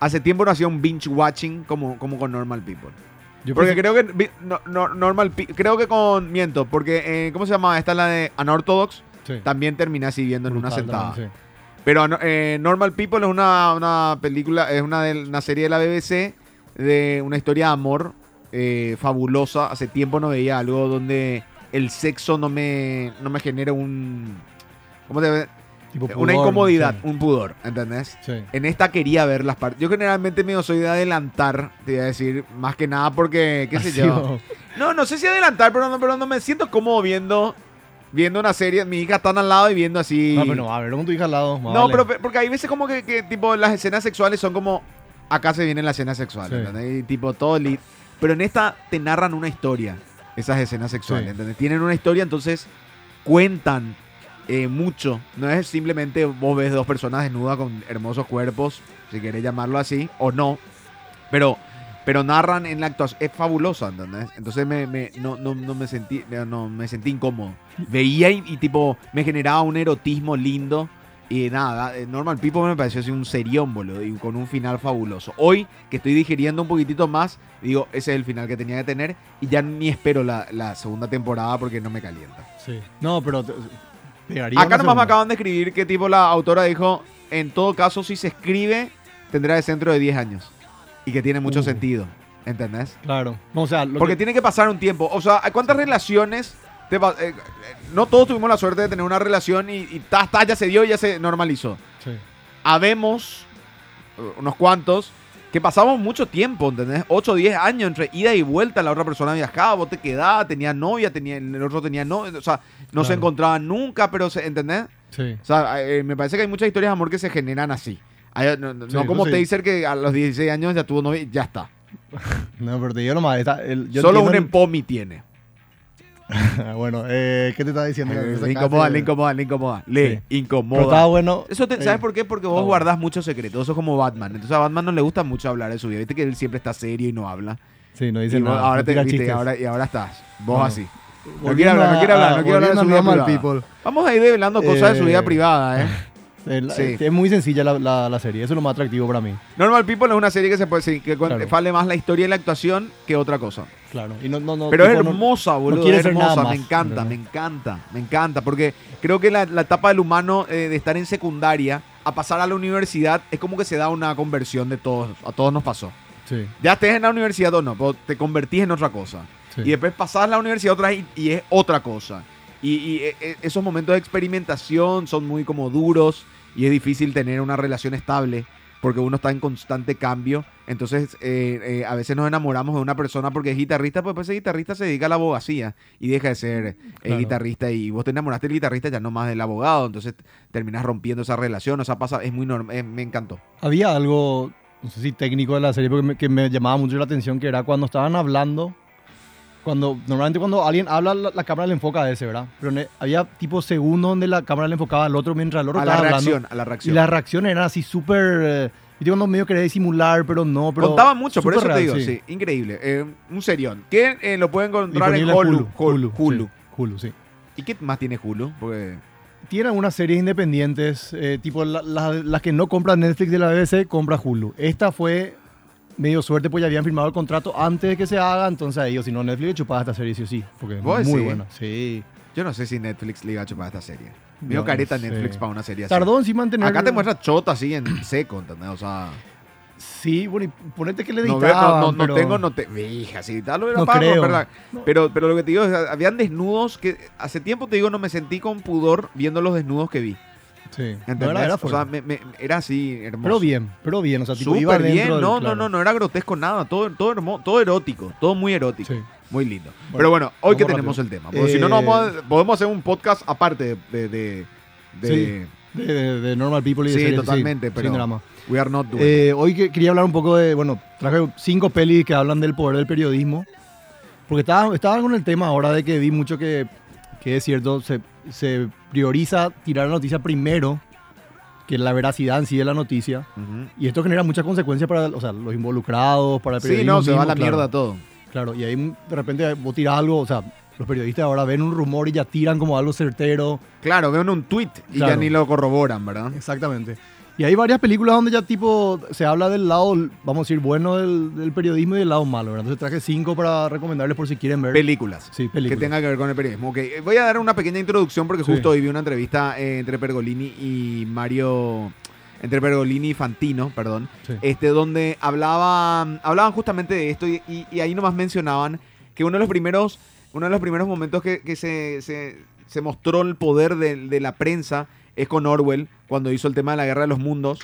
Hace tiempo no hacía un binge watching como, como con Normal People. Yo porque pensé- creo que vi- no- no- Normal Pe- creo que con miento, porque eh, ¿cómo se llamaba? Esta la de Unorthodox, sí, también terminé así viendo en una brutal sentada. también, sí. Pero ano- eh, Normal People es una, una película, es una, de, una serie de la BBC de una historia de amor eh, fabulosa. Hace tiempo no veía algo donde el sexo no me, no me genera un. ¿Cómo te ve? Tipo una pudor, incomodidad, sí, un pudor, ¿entendés? sí. En esta quería ver las partes. Yo generalmente medio soy de adelantar, te voy a decir, más que nada porque, qué sé Así, yo. ojo. No, no sé si adelantar, pero no, pero no me siento cómodo viendo, viendo una serie. Mi hija está al lado y viendo así. No, pero no, a ver, con tu hija al lado. más No, vale. pero pe- porque hay veces como que, que, tipo las escenas sexuales son como acá se viene la escena sexual, Sí. ¿entendés? Y, tipo todo lit. Pero en esta te narran una historia, esas escenas sexuales, Sí. ¿entendés? Tienen una historia, entonces cuentan eh, mucho. No es simplemente vos ves dos personas desnudas con hermosos cuerpos, si querés llamarlo así, o no. Pero, pero narran en la actuación. Es fabulosa, ¿entendés? Entonces me, me- no, no- no me sentí, no, no, me sentí incómodo. Veía y, y, tipo, me generaba un erotismo lindo. Y nada, eh, Normal People me pareció así un serión, boludo, y con un final fabuloso. Hoy, que estoy digiriendo un poquitito más, digo, ese es el final que tenía que tener. Y ya ni espero la, la segunda temporada porque no me calienta. Sí. No, pero. te- pegaría Acá una nomás me segunda. acaban de escribir que tipo la autora dijo, en todo caso, si se escribe, tendrá el centro de 10 años. Y que tiene mucho Uh. sentido, ¿entendés? Claro. No, o sea, lo Porque que- tiene que pasar un tiempo. O sea, ¿cuántas relaciones? te pa- eh, eh, no todos tuvimos la suerte de tener una relación y, y ta, ta, ya se dio, ya se normalizó. sí. Habemos eh, unos cuantos que pasamos mucho tiempo, ¿entendés? 8 o 10 años entre ida y vuelta. La otra persona viajaba, vos te quedabas, tenía novia, tenía, el otro tenía novia. O sea, no se Claro. encontraban nunca, pero, se, ¿entendés? Sí. O sea, eh, me parece que hay muchas historias de amor que se generan así. Hay- no, no- Sí, no eso como sí. te dicen que a los 16 años ya tuvo novia y ya está. No, pero te digo nomás. Está, el, yo Solo un entiendo- empomi tiene. bueno, eh, ¿qué te estaba diciendo? Eh, Esa Le incomoda, clase- le incomoda, le incomoda. Le Pero estaba incomoda. bueno. Eso te- eh, ¿Sabes por qué? Porque vos está bueno. guardás muchos secretos. Eso es como Batman. Entonces a Batman no le gusta mucho hablar de su vida. Viste que él siempre está serio y no habla. Sí, no Y dice vos nada. ahora no te tira viste, y chistes. ahora, y ahora estás. Vos Bueno. así. No Volviendo quiere hablar, no a- quiere hablar, no a- quiere hablar de su volviendo vida a Normal privada. People. Vamos a ir develando cosas de su vida Eh, privada, ¿eh? El- Sí. Es muy sencilla la, la- la serie, eso es lo más atractivo para mí. Normal People es una serie que se puede sí, que Claro. vale más la historia y la actuación que otra cosa. Claro. Y no, no, no, Pero es tipo, no- hermosa, boludo. quiere es hacer nada hermosa, más, me encanta, ¿verdad? me encanta, me encanta. Porque creo que la, la etapa del humano eh, de estar en secundaria a pasar a la universidad es como que se da una conversión de todos. A todos nos pasó. Sí, Ya estés en la universidad o no, pero te convertís en otra cosa. sí. Y después pasás la universidad otra vez y, y es otra cosa. Y, y, eh, eh, esos momentos de experimentación son muy como duros y es difícil tener una relación estable porque uno está en constante cambio. Entonces eh, eh, a veces nos enamoramos de una persona porque es guitarrista, pues después ese guitarrista se dedica a la abogacía y deja de ser eh, Claro. guitarrista y vos te enamoraste del guitarrista ya no más del abogado. Entonces terminas rompiendo esa relación. O sea, pasa, es muy normal, me encantó. Había algo, no sé si técnico de la serie, porque me- que me llamaba mucho la atención, que era cuando estaban hablando, cuando normalmente cuando alguien habla, la, la cámara le enfoca a ese, ¿verdad? Pero ne- había tipo segundos donde la cámara le enfocaba al otro mientras el otro A la estaba hablando. reacción, a la Y reacción. las reacciones eran así súper... eh, y digo, no medio quería disimular, pero no. Pero Contaba mucho, por eso súper te real, digo, sí, increíble. Eh, un serión. Que eh, lo pueden encontrar en Disponible Hulu. Hulu. sí, Hulu. Hulu, sí. ¿Y qué más tiene Hulu? Porque Tiene algunas series independientes, eh, tipo la- la- las que no compra Netflix de la BBC, compra Hulu. Esta fue medio suerte porque ya habían firmado el contrato antes de que se haga, entonces ahí, o si no, Netflix le chupaba esta serie sí o sí, porque es ¿Vos muy decís? buena. Sí. yo no sé si Netflix le iba a chupar esta serie. Veo No careta sé. Netflix para una serie así. Tardó en sí mantener... Acá te muestra chota así en seco, ¿entendés? O sea, Sí, bueno, y ponete que le no, veo- no, editaban, no- no pero- tengo, no te. Hija, si tal, lo era No para creo. romperla. No. Pero, pero lo que te digo es, habían desnudos que hace tiempo te digo, no me sentí con pudor viendo los desnudos que vi. Sí. No, ¿Entendés? era, era o fuerte. sea, me- me- era así, hermoso. pero bien, pero bien, o sea, tipo, iba Súper bien, dentro del- no, claro. no, no, no era grotesco nada, todo, todo hermoso, todo erótico, todo muy erótico, Sí. muy lindo. Pero bueno, hoy vamos que tenemos el tema, porque si no, no Eh, vamos a- podemos hacer un podcast aparte de, de, de- de- De, de- de Normal People y de Sí, series, totalmente, sin pero- drama. We Are Not Doing. Eh, hoy que- quería hablar un poco de, bueno, traje cinco pelis que hablan del poder del periodismo, porque estaba, estaba con el tema ahora de que vi mucho que, que es cierto, se, se prioriza tirar la noticia primero que la veracidad en sí de la noticia, Ujú. y esto genera muchas consecuencias para o sea, los involucrados, para el Sí, periodismo. no, se va a mismo, la claro. mierda todo. Claro, y ahí de repente vos tirás algo, o sea, los periodistas ahora ven un rumor y ya tiran como algo certero. Claro, veo en un tweet y ya Claro. ni lo corroboran, ¿verdad? Exactamente. Y hay varias películas donde ya tipo se habla del lado, vamos a decir, bueno del, del periodismo y del lado malo. ¿verdad? Entonces traje cinco para recomendarles por si quieren ver. Películas. sí, Que películas. tenga que ver con el periodismo. Ok, eh, voy a dar una pequeña introducción porque Sí. justo hoy vi una entrevista eh, entre Pergolini y Mario. Entre Pergolini y Fantino, perdón. Sí. Este, donde hablaban, hablaban justamente de esto y, y- y ahí nomás mencionaban que uno de los primeros, uno de los primeros momentos que, que se, se- se mostró el poder de, de la prensa es con Orwell, cuando hizo el tema de la guerra de los mundos.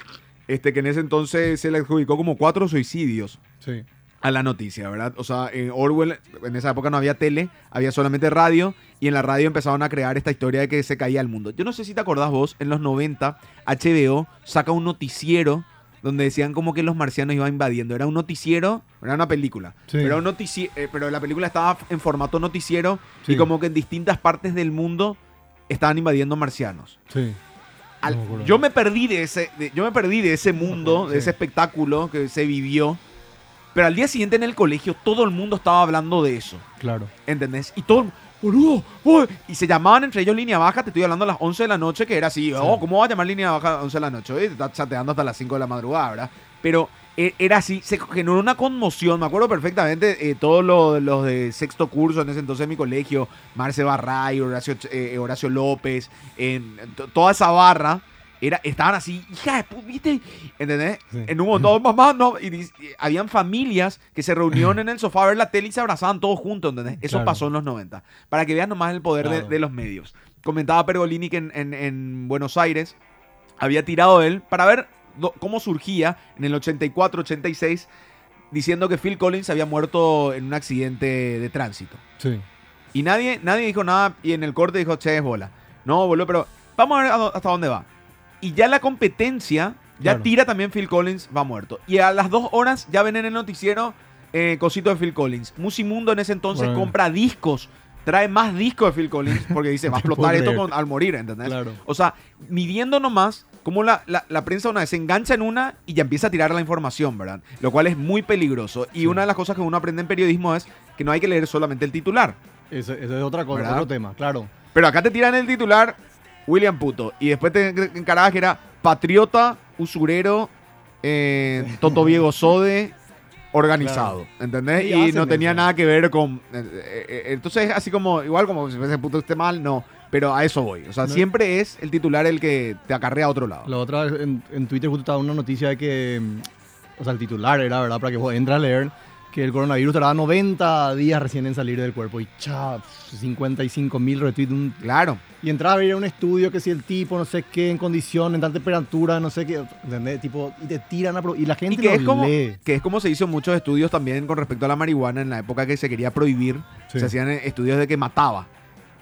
Este, que en ese entonces se le adjudicó como cuatro suicidios Sí. a la noticia, ¿verdad? O sea, en Orwell, en esa época no había tele, había solamente radio, y en la radio empezaron a crear esta historia de que se caía el mundo. Yo no sé si te acordás vos, en los 90, HBO saca un noticiero donde decían como que los marcianos iban invadiendo. Era un noticiero, era una película, Sí. pero, un notici- eh, pero la película estaba en formato noticiero y Sí. como que en distintas partes del mundo estaban invadiendo marcianos. Sí. Al- No me acuerdo. yo me perdí de ese de- yo me perdí de ese mundo de Sí. ese espectáculo que se vivió pero al día siguiente en el colegio todo el mundo estaba hablando de eso Claro. ¿entendés? y todo el- boludo uy, y se llamaban entre ellos línea baja te estoy hablando a las 11 de la noche que era así oh ¿cómo va a llamar línea baja a las 11 de la noche? Oye, te está chateando hasta las 5 de la madrugada ¿verdad? pero eh, era así se generó una conmoción me acuerdo perfectamente eh, todos los, los de sexto curso en ese entonces en mi colegio Marce Barray Horacio, Ch- eh, Horacio López en, en to- toda esa barra era, estaban así, hija de puta, ¿viste? ¿Entendés? Sí. En un montón, mamá, no. Y, dis- y habían familias que se reunían en el sofá a ver la tele y se abrazaban todos juntos, ¿entendés? Eso Claro. pasó en los 90. Para que veas nomás el poder de- Claro. de, los medios. Comentaba Pergolini que en, en- en Buenos Aires había tirado él para ver do- cómo surgía en el 84, 86, diciendo que Phil Collins había muerto en un accidente de tránsito. Sí. Y nadie, nadie dijo nada. Y en el corte dijo, che, es bola. No, boludo, pero vamos a ver a dó- hasta dónde va. Y ya la competencia, ya Claro. tira también Phil Collins, va muerto. Y a las dos horas ya ven en el noticiero eh, cosito de Phil Collins. Musimundo en ese entonces Bueno. compra discos. Trae más discos de Phil Collins porque dice, va a te puedo explotar esto creer. con- al morir, ¿entendés? Claro. O sea, midiendo nomás cómo la, la- la prensa una vez se engancha en una y ya empieza a tirar la información, ¿verdad? Lo cual es muy peligroso. Y Sí. una de las cosas que uno aprende en periodismo es que no hay que leer solamente el titular. Eso, eso es otra cosa, ¿Verdad? otro tema, claro. Pero acá te tiran el titular William Puto. Y después te te encarabas que era patriota, usurero, eh, Toto Diego Sode, organizado. ¿Entendés? Sí, Y hacen no tenía eso. nada que ver con. eh, eh, eh, entonces, así como, igual como si ese puto esté mal, no. Pero a eso voy. O sea, No. siempre es el titular el que te acarrea a otro lado. La otra, en, en Twitter justo estaba una noticia de que, mm, o sea, el titular era, ¿verdad? Para que vos entres a leer que el coronavirus tardaba 90 días recién en salir del cuerpo y cha, 55 mil retweets. de un- Claro. Y entraba a ver un estudio que si el tipo, no sé qué, en condición, en tal temperatura, no sé qué, ¿entendés? Tipo, y te tiran a... pro- Y la gente Y que lo es, como, lee. que es como se hizo muchos estudios también con respecto a la marihuana en la época que se quería prohibir. Sí. Se hacían eh, estudios de que mataba.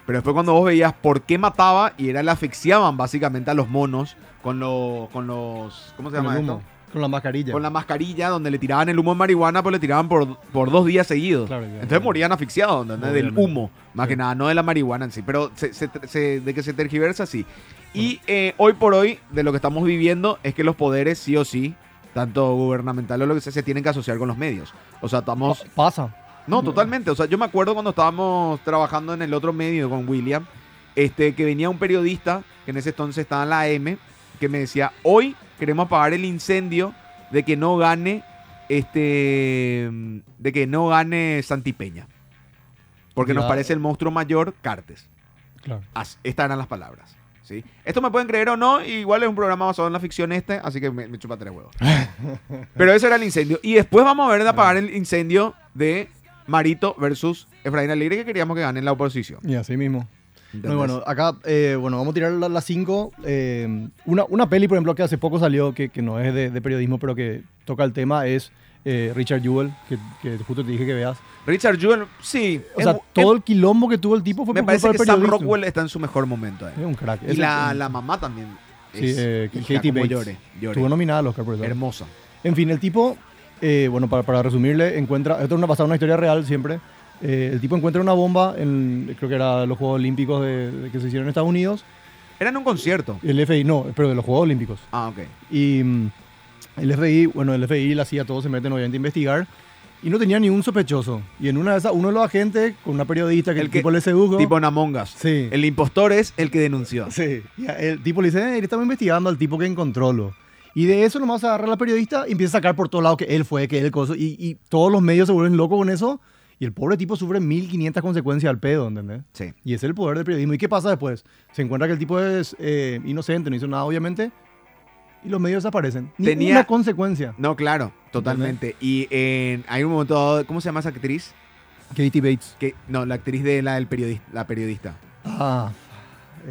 Pero después cuando vos veías por qué mataba y era le asfixiaban básicamente a los monos con los... Con los ¿Cómo se con llama el esto? humo, con la mascarilla. Con la mascarilla donde le tiraban el humo de marihuana pues le tiraban por, por dos días seguidos. Claro, ya, Entonces ya. morían asfixiados ¿entendés? del Obviamente. humo. Más Sí. que nada, no de la marihuana en sí. Pero se- se- se- de que se tergiversa, sí. Y eh, hoy por hoy, de lo que estamos viviendo, es que los poderes sí o sí, tanto gubernamental o lo que sea, se tienen que asociar con los medios. O sea, Pa- estamos... pasa. No, totalmente. O sea, yo me acuerdo cuando estábamos trabajando en el otro medio con William, este, que venía un periodista, que en ese entonces estaba en la M, que me decía, hoy queremos apagar el incendio de que no gane, este, de que no gane Santi Peña. Porque nos Ya. parece el monstruo mayor, Cartes. Claro. As- Estas eran las palabras. ¿sí? Esto me pueden creer o no, igual es un programa basado en la ficción este, así que me, me chupa tres huevos. Pero ese era el incendio. Y después vamos a ver de apagar el incendio de Marito versus Efraín Alegre, que queríamos que gane la oposición. Y así mismo. Muy ¿Entendés? bueno, acá, eh, bueno, vamos a tirar la- las cinco. eh, una, una peli, por ejemplo, que hace poco salió, que, que no es de, de periodismo, pero que toca el tema, es eh, Richard Jewell, que, que justo te dije que veas. Richard Jewell, sí. O es- sea, es- todo el quilombo que tuvo el tipo fue me por parece culpa que del Sam periodismo. Rockwell está en su mejor momento. eh. Es un crack. Y Es- la, es- la mamá también. Sí, es- eh, hija, Katie cómo Bates. llore, llore. Estuvo nominada al Oscar por eso. Hermosa. En fin, el tipo, eh, bueno, para, para resumirle, encuentra, esto es una, basado en una historia real siempre, eh, el tipo encuentra una bomba en, creo que era los Juegos Olímpicos de- de que se hicieron en Estados Unidos, Era en un concierto. el FBI, no, pero de los Juegos Olímpicos. Ah, ok. Y mm, el FBI, bueno, el FBI y la CIA, todos se meten obviamente a investigar. Y no tenía ni un sospechoso. Y en una de esas, uno de los agentes, con una periodista que El el, que- tipo le sedujo. Tipo en Among Us. sí. El impostor es el que denunció. sí. Y a- el tipo le dice, "Eh, le estamos investigando al tipo que encontró lo. Y de eso nomás agarra la periodista y empieza a sacar por todos lados que él fue, que él cosa. Y, y todos los medios se vuelven locos con eso. Y el pobre tipo sufre 1500 consecuencias al pedo, ¿entendés? Sí. Y ese es el poder del periodismo. ¿Y qué pasa después? Se encuentra que el tipo es eh, inocente, no hizo nada, obviamente. Y los medios desaparecen. Ninguna Tenía- consecuencia. No, claro, totalmente. Y en- hay un momento dado, ¿cómo se llama esa actriz? Katie Bates. Que, no, la actriz de la, del periodista, la periodista. Ah.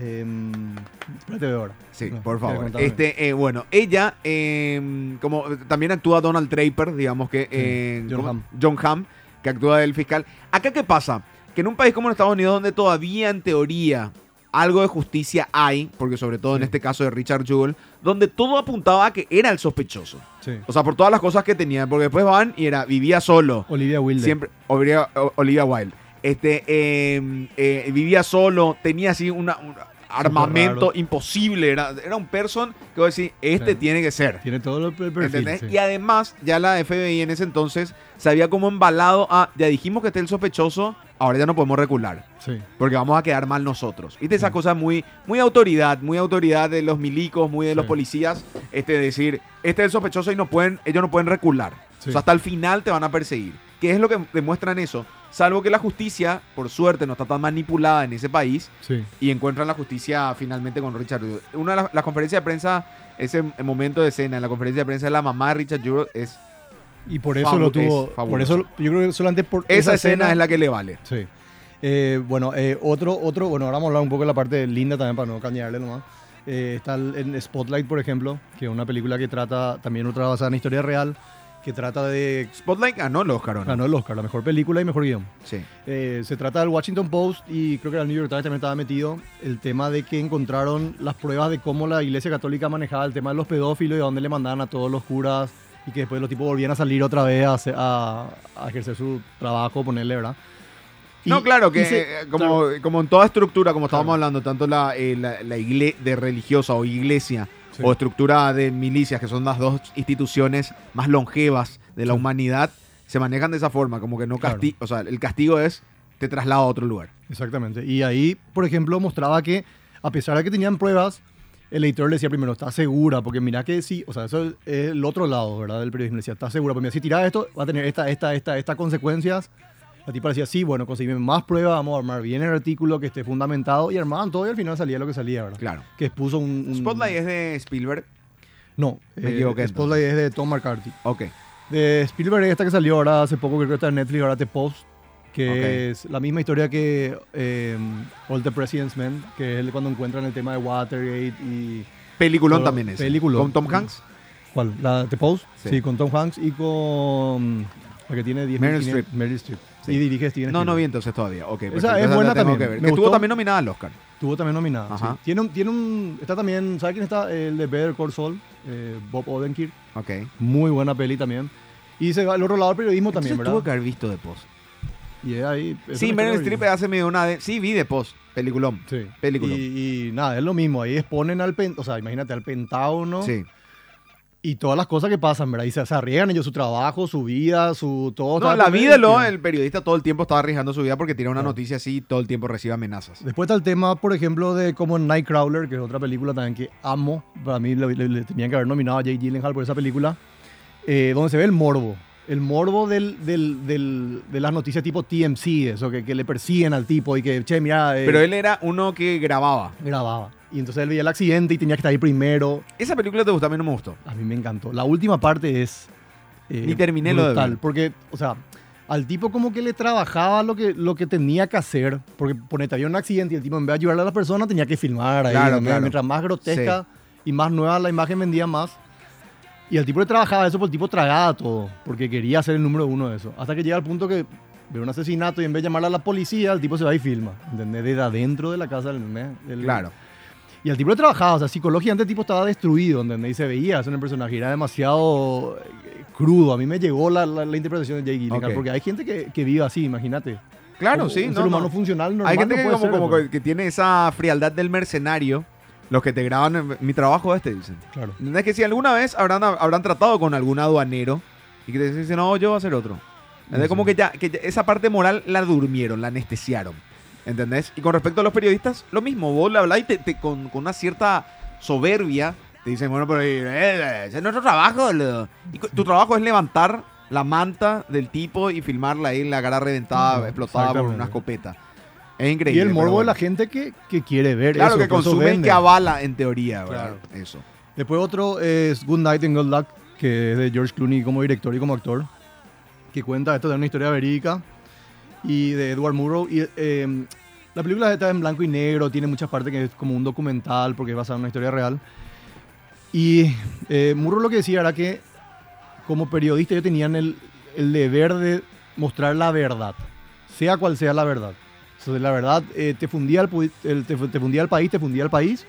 em, espérate, veo ahora. Sí, No, por favor. contame. Este, eh, bueno, ella, eh, como eh, también actúa Donald Draper, digamos que. eh, John ¿cómo? Hamm. John Hamm, que actúa del fiscal. Acá, ¿qué pasa? Que en un país como los Estados Unidos, donde todavía en teoría algo de justicia hay, porque sobre todo en Sí. este caso de Richard Jewell, donde todo apuntaba a que era el sospechoso. Sí. O sea, por todas las cosas que tenía, porque después van y era, vivía solo. Olivia Wilde. Siempre, Olivia, o- Olivia Wilde. Este, eh, eh, vivía solo, tenía así una, un armamento raro. imposible. Era, era un person que vos decís, este Sí. tiene que ser. Tiene todo el per- perfil. ¿entendés? sí. Y además, ya la FBI en ese entonces se había como embalado a, ya dijimos que este es el sospechoso, ahora ya no podemos recular. Sí. Porque vamos a quedar mal nosotros. ¿Viste? Esa Sí. cosa muy, muy autoridad, muy autoridad de los milicos, muy de los Sí. policías. Este decir, este es el sospechoso y no pueden, ellos no pueden recular. Sí. O sea, hasta el final te van a perseguir. ¿Qué es lo que demuestran eso? Salvo que la justicia, por suerte, no está tan manipulada en ese país Sí. y encuentran la justicia finalmente con Richard Jewell. Una de las, las conferencias de prensa, ese momento de escena, en la conferencia de prensa de la mamá de Richard Jewell es... Y por eso Fabu- lo es tuvo. Por fabuloso. eso, yo creo que solamente por Esa, escena, es la que le vale. Sí. Eh, bueno, eh, otro, otro, bueno, ahora vamos a hablar un poco de la parte linda también para no cañarle nomás. Eh, está el- en Spotlight, por ejemplo, que es una película que trata, también otra basada en historia real, que trata de... Spotlight ganó el Oscar, ¿o no? Ganó el Oscar, la mejor película y mejor guión. Sí. Eh, se trata del Washington Post y creo que el New York Times también estaba metido el tema de que encontraron las pruebas de cómo la Iglesia Católica manejaba el tema de los pedófilos y a dónde le mandaban a todos los curas y que después los tipos volvían a salir otra vez a, hacer- a- a ejercer su trabajo, ponerle, ¿verdad? Y- no, claro, que y se- eh, como, como en toda estructura, como estábamos Claro. hablando, tanto la, eh, la, la igle- de religiosa o iglesia Sí. o estructura de milicias, que son las dos instituciones más longevas de la Sí. humanidad, se manejan de esa forma, como que no Claro. castigo, o sea, el castigo es te traslado a otro lugar. Exactamente. Y ahí, por ejemplo, mostraba que, a pesar de que tenían pruebas, el editor le decía primero, ¿estás segura? Porque mirá que sí, o sea, eso es el otro lado, ¿verdad? Del periodismo. Le decía, ¿estás segura? Porque mira, si tirás esto, va a tener esta, esta, esta, estas consecuencias. La tipa decía, sí, bueno, conseguimos más pruebas, vamos a armar bien el artículo, que esté fundamentado. Y armaban todo y al final salía lo que salía, ¿verdad? Claro. Que expuso un... un- Spotlight es de Spielberg. No, Me eh, equivoqué, Spotlight es de Tom McCarthy. Ok. De Spielberg, esta que salió ahora hace poco, creo que está en Netflix, ahora te post, que Ok. es la misma historia que eh, All the President's Men, que es el de cuando encuentran el tema de Watergate y... Peliculón No, también es. peliculón. Con Tom Hanks. ¿Cuál? ¿La The Post? Sí. Sí. con Tom Hanks y con... La que tiene 10 Meryl Streep. Meryl Streep. Sí. Y dirige Steven No, no Spielberg. vi entonces todavía. Ok. perfecto. es Esa la buena tengo también. que ver. Me Que estuvo gustó. también nominada al Oscar. Estuvo también nominada. Ajá. sí. Tiene, un, tiene un... Está también... ¿Sabe quién está? El de Better Call Saul, eh, Bob Odenkirk. Ok. Muy buena peli también. Y se va al otro lado del periodismo Entonces también, tuvo que ¿verdad? haber visto de Post. Y es ahí... es Sí, una Meryl historia Streep hace medio una de... Sí, vi de Post. Peliculón. Sí. Película. Y, y nada, es lo mismo. Ahí exponen al pen- o sea, imagínate al Pentágono Sí. y todas las cosas que pasan, ¿verdad? Y se, se arriesgan ellos su trabajo, su vida, su todo. No, Estaba la todo vida, lo, divertido. el Ah. periodista todo el tiempo estaba arriesgando su vida porque tira una Claro. noticia así y todo el tiempo recibe amenazas. Después está el tema, por ejemplo, de como en Nightcrawler, que es otra película también que amo. Para mí le, le- le tenían que haber nominado a Jake Gyllenhaal por esa película, eh, donde se ve el morbo. El morbo del, del- del- de las noticias tipo TMC, eso, que, que le persiguen al tipo y que, che, mira, eh, Pero él era uno que grababa. grababa. Y entonces él veía el accidente y tenía que estar ahí primero. Esa película te gustó, a mí no me gustó. A mí me encantó. La última parte es. eh, Ni terminé lo de ver. Porque, o sea, al tipo como que le trabajaba lo que, lo que tenía que hacer. Porque ponete, había un accidente y el tipo en vez de ayudarle a la persona tenía que filmar ahí. Claro, ¿entendés? claro. Mientras más grotesca y más nueva la imagen vendía más. Y al tipo le trabajaba eso, porque el tipo tragaba todo. Porque quería ser el número uno de eso. Hasta que llega al punto que ve un asesinato y en vez de llamar a la policía, el tipo se va y filma. ¿Entendés? Desde adentro de la casa del Claro. y el tipo lo trabajaba, o sea, psicológicamente el tipo estaba destruido, ¿entendés? Y se veía eso en el personaje, era demasiado eh, crudo. A mí me llegó la, la- la interpretación de Jake Gyllenhaal, Ok. porque hay gente que, que vive así, imagínate. Claro, Un- sí. Un no, ser no. humano funcional normal Hay gente no que, puede como, ser, como ¿verdad? que tiene esa frialdad del mercenario. Los que te graban, en- mi trabajo este, dicen. Claro. Es que si alguna vez habrán, habrán tratado con algún aduanero y que te dicen, no, yo voy a hacer otro. Es Sí. como que ya, que ya esa parte moral la durmieron, la anestesiaron. ¿Entendés? Y con respecto a los periodistas, lo mismo. Vos le hablás y te, te- con, con una cierta soberbia Te dicen, bueno, pero eh, ese es nuestro trabajo. boludo. Y cu- tu trabajo es levantar la manta del tipo y filmarla ahí, la cara reventada, Mm, explotada por exactamente. una escopeta. Es increíble. Y el pero morbo de bueno. la gente que, que quiere ver Claro, eso, que por eso consume y vende. que avala en teoría, ¿verdad? Eso. Después otro es Good Night and Good Luck, que es de George Clooney como director y como actor, que cuenta esto de una historia verídica y de Edward Murrow. Y, eh, la película está en blanco y negro, tiene muchas partes que es como un documental porque es basada en una historia real. Y eh, Murrow lo que decía era que como periodista ellos tenían el, el deber de mostrar la verdad, sea cual sea la verdad. Entonces, la verdad eh, te, fundía el, pu- el- te, fu- te fundía el país, te fundía el país.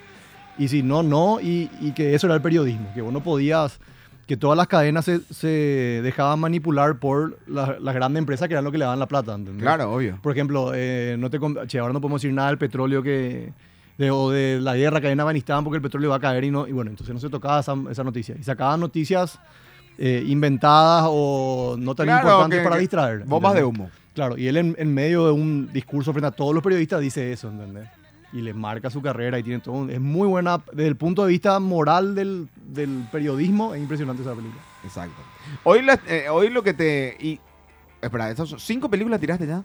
Y si no, no. Y, y que eso era el periodismo. Que vos no podías. Que todas las cadenas se, se dejaban manipular por la- las grandes empresas que eran lo que le daban la plata. ¿entendés? Claro, obvio. Por ejemplo, eh, no te, com- che, ahora no podemos decir nada del petróleo que. De, o de la guerra que hay en Afganistán porque el petróleo va a caer y no. Y bueno, entonces no se tocaba esa, esa noticia. Y sacaban noticias eh, inventadas o no tan Claro, importantes que- para que- distraer. Bombas de ¿entendés? humo. Claro, y él en, en medio de un discurso frente a todos los periodistas dice eso, ¿entendés? Y le marca su carrera y tiene todo. un- es muy buena. Desde el punto de vista moral del, del periodismo, es impresionante esa película. Exacto. Hoy, las- eh, hoy lo que te. Y, espera, ¿estas son cinco películas tiraste ya?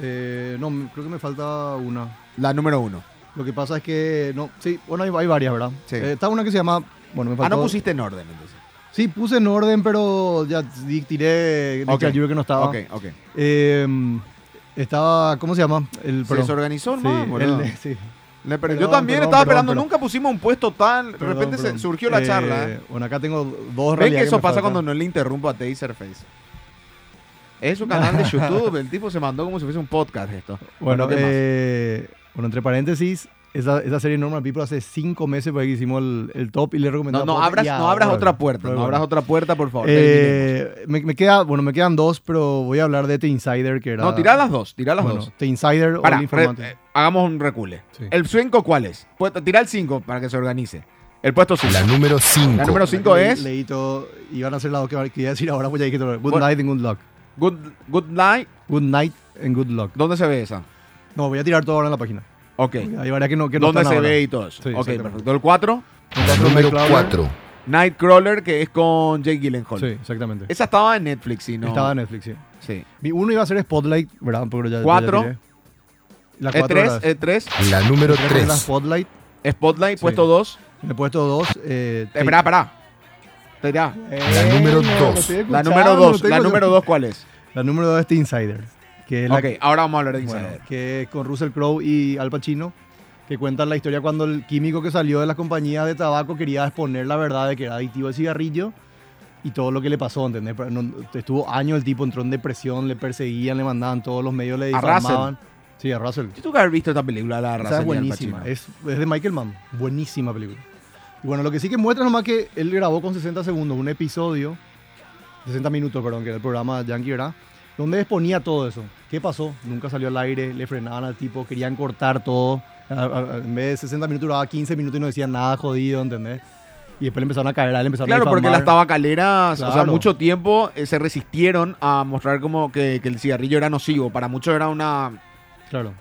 Eh, no, me- creo que me falta una. La número uno. Lo que pasa es que. No, sí, bueno, hay, hay varias, ¿verdad? Sí. Eh, está una que se llama. Bueno, me Ah, faltó. no pusiste en orden entonces. Sí, puse en orden, pero ya di- tiré. Ok. Dije al libro que no estaba. Ok, ok. Eh, estaba. ¿Cómo se llama? El. Se perdón. desorganizó, Sí, hermano, boludo. el- sí. Le per- Yo también Perdón, perdón, estaba perdón, esperando, perdón. nunca pusimos un puesto tan. De Perdón, repente se- perdón. surgió la Eh, charla. ¿eh? Bueno, acá tengo dos ¿Ven que realidades eso me pasa faltan. cuando no le interrumpo a Taserface? Es su canal de YouTube. El tipo se mandó como si fuese un podcast esto. Bueno, ¿qué más? eh, bueno, entre paréntesis, esa, esa serie Normal People hace cinco meses porque hicimos el, el top y le No, recomendamos. no abras, no abras otra puerta. No abras otra puerta, por favor. Eh, terminemos. me, me queda, bueno, me quedan dos, pero voy a hablar de The Insider, que era... No, tirá las dos. Tirá las bueno, dos. The Insider Para, o El Informante. hagamos un recule. Sí. ¿El 5 cuál es? Puesto- Tira el 5 para que se organice. El puesto 5. La número 5. La número cinco Le- es- Leí todo, y van a ser las dos que que iba a decir ahora, pues ya dije todo. Good Bueno. Night and Good Luck. Good, good Night. Good Night and Good Luck. ¿Dónde se ve esa? No, voy a tirar todo ahora en la página. Ok. Hay varias que no, que no ¿Dónde están se ahora. ve y todo eso? Sí, ok, exactamente. perfecto. El 4, La número Nightcrawler. 4. Nightcrawler, que es con Jake Gyllenhaal. Sí, exactamente. Esa estaba en Netflix, si no. Estaba en Netflix, sí. Sí. Mi- Uno iba a ser Spotlight, ¿verdad? Pero ya, Cuatro. ya tiré. la cuatro E3, era- E3, La número tres era 3. Spotlight. E Spotlight, Sí. puesto 2. Le he puesto dos. Eh, Espera, espera. Espera. La número dos. La número 2. La número 2, ¿cuál es? La número dos es The Insider. Que es la Ok, ahora vamos a hablar de bueno, Insider. que es con Russell Crowe y Al Pacino. Que cuentan la historia cuando el químico que salió de las compañías de tabaco quería exponer la verdad de que era adictivo al cigarrillo y todo lo que le pasó, ¿entendés? Pero no- estuvo años el tipo, entró en depresión, le perseguían, le mandaban todos los medios, le A Russell. difamaban. Sí, a Russell. Yo tuve que haber visto esta película, la Esa raza es buenísima. Es, es de Michael Mann. Buenísima película. Y bueno, lo que sí que muestra nomás que él grabó con 60 segundos un episodio, 60 minutos, perdón, que era el programa Yankee, ¿verdad? Donde exponía todo eso. ¿Qué pasó? Nunca salió al aire, le frenaban al tipo, querían cortar todo. A- a- a- En vez de 60 minutos duraba 15 minutos y no decían nada jodido, ¿entendés? Y después le empezaron a caer a él, empezaron Claro, a porque las difamar. tabacaleras, o sea, Claro. mucho tiempo eh, se resistieron a mostrar como que, que el cigarrillo era nocivo. Para muchos era una. Claro.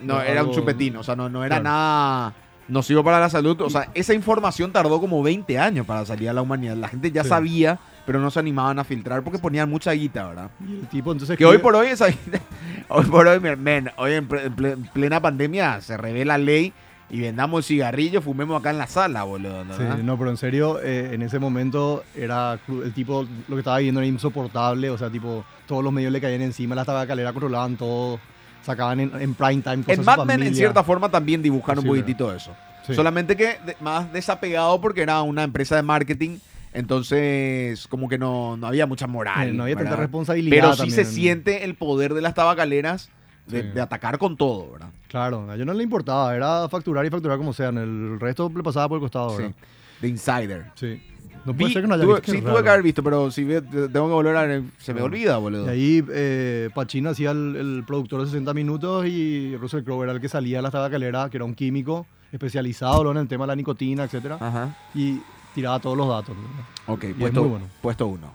No, No, era un algo- chupetín, o sea, no, no era Claro. nada nocivo para la salud. O sea, esa información tardó como 20 años para salir a la humanidad. La gente ya Sí. sabía, pero no se animaban a filtrar porque ponían mucha guita, ¿verdad? Y el tipo entonces... Que hoy escribe- por hoy, esa- hoy por hoy, men, men, hoy en, pre- en ple- en plena pandemia se revela ley y vendamos cigarrillos, fumemos acá en la sala, boludo. ¿no? Sí, no, pero en serio, eh, en ese momento era cru- el tipo, lo que estaba viviendo era insoportable, o sea, tipo, todos los medios le caían encima, las tabacaleras controlaban todo, sacaban en, en prime time cosas En de Mad su Men, en pues familia. cierta forma, también dibujaron Sí, un ¿verdad? poquitito eso. Sí. Solamente que de- más desapegado porque era una empresa de marketing, entonces como que no, no había mucha moral. Eh, no había tanta ¿verdad? responsabilidad. Pero sí se también. siente el poder de las tabacaleras de, Sí. de atacar con todo, ¿verdad? Claro, a yo no le importaba, era facturar y facturar como sean, el resto le pasaba por el costado, ¿verdad? Sí. The Insider. Sí. No Vi- puede ser que no haya tuve- visto, sí, qué tuve que raro. haber visto, pero si ve- te- tengo que volver a ver, se me Claro. olvida, boludo. Y ahí eh, Pacino hacía el, el productor de 60 minutos y Russell Crowe era el que salía a la tabacalera, que era un químico especializado ¿no? en el tema de la nicotina, etcétera, Ajá. y tiraba todos los datos. ¿no? Ok, es puesto, muy bueno. puesto uno.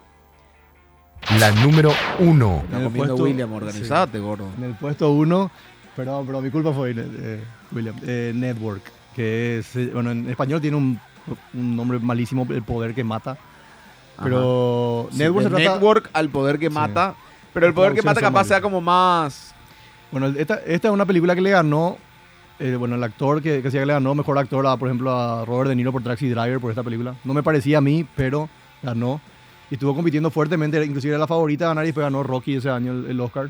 La número 1. Está En el comiendo puesto- William, organizate, gordo. En el puesto 1, perdón, pero mi culpa fue eh, William, eh, Network, que es, eh, bueno, en español tiene un un nombre malísimo, El Poder que Mata. Pero Sí, Network de se trata... network al poder que Sí. mata. Pero el poder que Traducción mata capaz somalia. sea como más. Bueno, esta, esta es una película que le ganó, eh, bueno, el actor que, que hacía que le ganó mejor actor, a, por ejemplo, a Robert De Niro por Taxi Driver, por esta película. No me parecía a mí, pero ganó. Y estuvo compitiendo fuertemente, inclusive era la favorita a ganar y después ganó Rocky ese año el, el Oscar.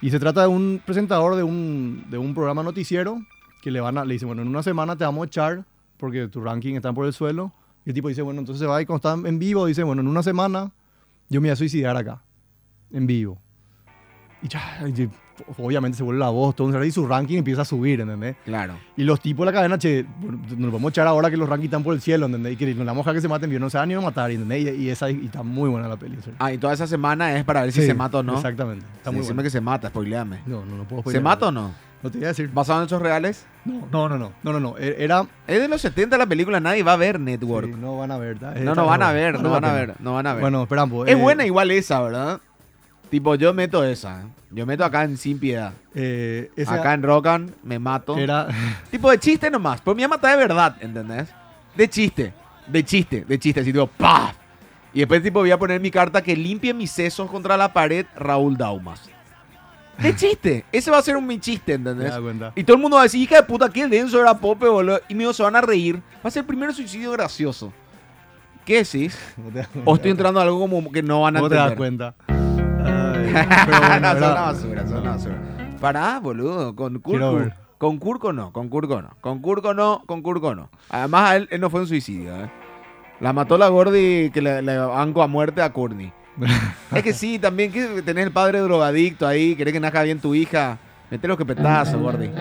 Y se trata de un presentador de un, de un programa noticiero que le, van a, le dice, bueno, en una semana te vamos a echar porque tu ranking está por el suelo. Y el tipo dice, bueno, entonces se va y cuando está en vivo dice, bueno, en una semana yo me voy a suicidar acá, en vivo. Y ya, y obviamente se vuelve la voz, todo un cerrado, y su ranking empieza a subir, ¿entendés? Claro. Y los tipos de la cadena, che, bueno, nos vamos a echar ahora que los rankings están por el cielo, ¿entendés? Y que nos la vamos a dejar que se maten, yo no se van ni a matar, ¿entendés? Y, y esa y está muy buena la peli, en serio. Ah, y toda esa semana es para ver si Sí, se mata o no. Exacto. Exactamente, está muy buena. que se mata, spoileame. No, no, no puedo ¿Se spoilear. mata o no? No te voy a decir. ¿Basado en hechos reales? No, no, no, no, no, no, no. e- Era... Es de los 70 la película, nadie va a ver Network. Sí, no van a ver, ¿verdad? no, Está no van a mejor. ver, no Vale van la a pena. ver, no van a ver. Bueno, pues, eh, esperamos. es buena igual esa, ¿verdad? Tipo, yo meto esa. ¿eh? Yo meto acá en Sin Piedad. Eh, esa Acá en Rocan, me mato. era... Tipo de chiste nomás. Pero me voy a matar de verdad, ¿entendés? De chiste. De chiste, de chiste. Así tipo, ¡paf! Y después, tipo, voy a poner mi carta que limpie mis sesos contra la pared, Raúl Daumas. De chiste. Ese va a ser un mi chiste, Me ¿entendés? da cuenta. Y todo el mundo va a decir, hija de puta, qué denso era Pope, boludo. Y mío, se van a reír. Va a ser el primer suicidio gracioso. ¿Qué decís? No te das O cuenta. estoy entrando a algo como que no van a No te das entender. cuenta. Ay, pero bueno, Ah, no, son era- una basura, son una basura. Pará, boludo, con Quiero Curco. ver. Con Curco no, con Curco no. Con Curco no, con Curco no. Además, a él, él no fue un suicidio, ¿eh? La mató la Gordi que le, le banco a muerte a Courtney. es que sí, también que tenés el padre drogadicto ahí, querés que nazca bien tu hija. Mete los quepetazos, Gordi. Mm.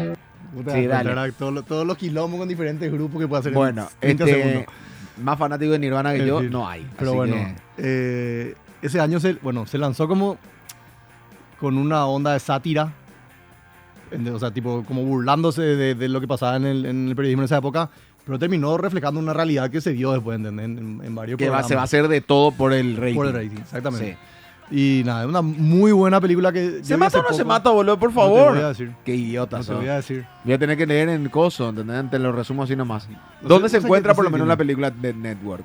No te Sí, das dale. cuenta, era todo lo- todos los quilombos con diferentes grupos que puede hacer en Bueno, 30 este, segundos. más fanático de Nirvana que En yo, fin. no hay. Pero Así bueno, que- eh, ese año se, bueno, se lanzó como con una onda de sátira. ente- O sea, tipo, como burlándose de, de lo que pasaba en el, en el periodismo en esa época. Pero terminó reflejando una realidad que se vio después, ¿entendés? En, en- en varios que va- se va a programas. hacer de todo por el rating. Por el rating, exactamente. Sí. Y nada, es una muy buena película que. ¿Se mata o no se mata, boludo? Por No te favor. voy a decir. Qué idiota No te sos. voy a decir. Voy a tener que leer en coso, ¿entendés? Te lo resumo así nomás. ¿Dónde se no sé encuentra qué- no por lo sé menos qué- la película de Network?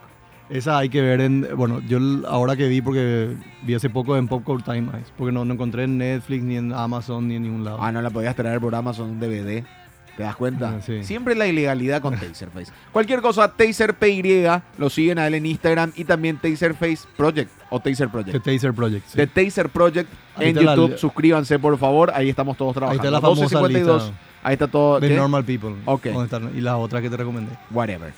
Esa hay que ver en. Bueno, yo l- ahora que vi, porque vi hace poco en Popcorn Time Eyes, porque no, no encontré en Netflix, ni en Amazon, ni en ningún lado. Ah, no la podías traer por Amazon un DVD. ¿Te das cuenta? Ah, sí. Siempre la ilegalidad con Taserface. Cualquier cosa, TaserPY, lo siguen a él en Instagram y también Taserface Project o Taser The Project. Taser Project. sí. De Taser Project Ahí en está la- YouTube. Suscríbanse, por favor. Ahí estamos todos Ahí trabajando. está la famosa 12.52. lista Ahí está todo. de ¿qué? Normal People. Ok. ¿Dónde están? Y las otras que te recomendé. Whatever.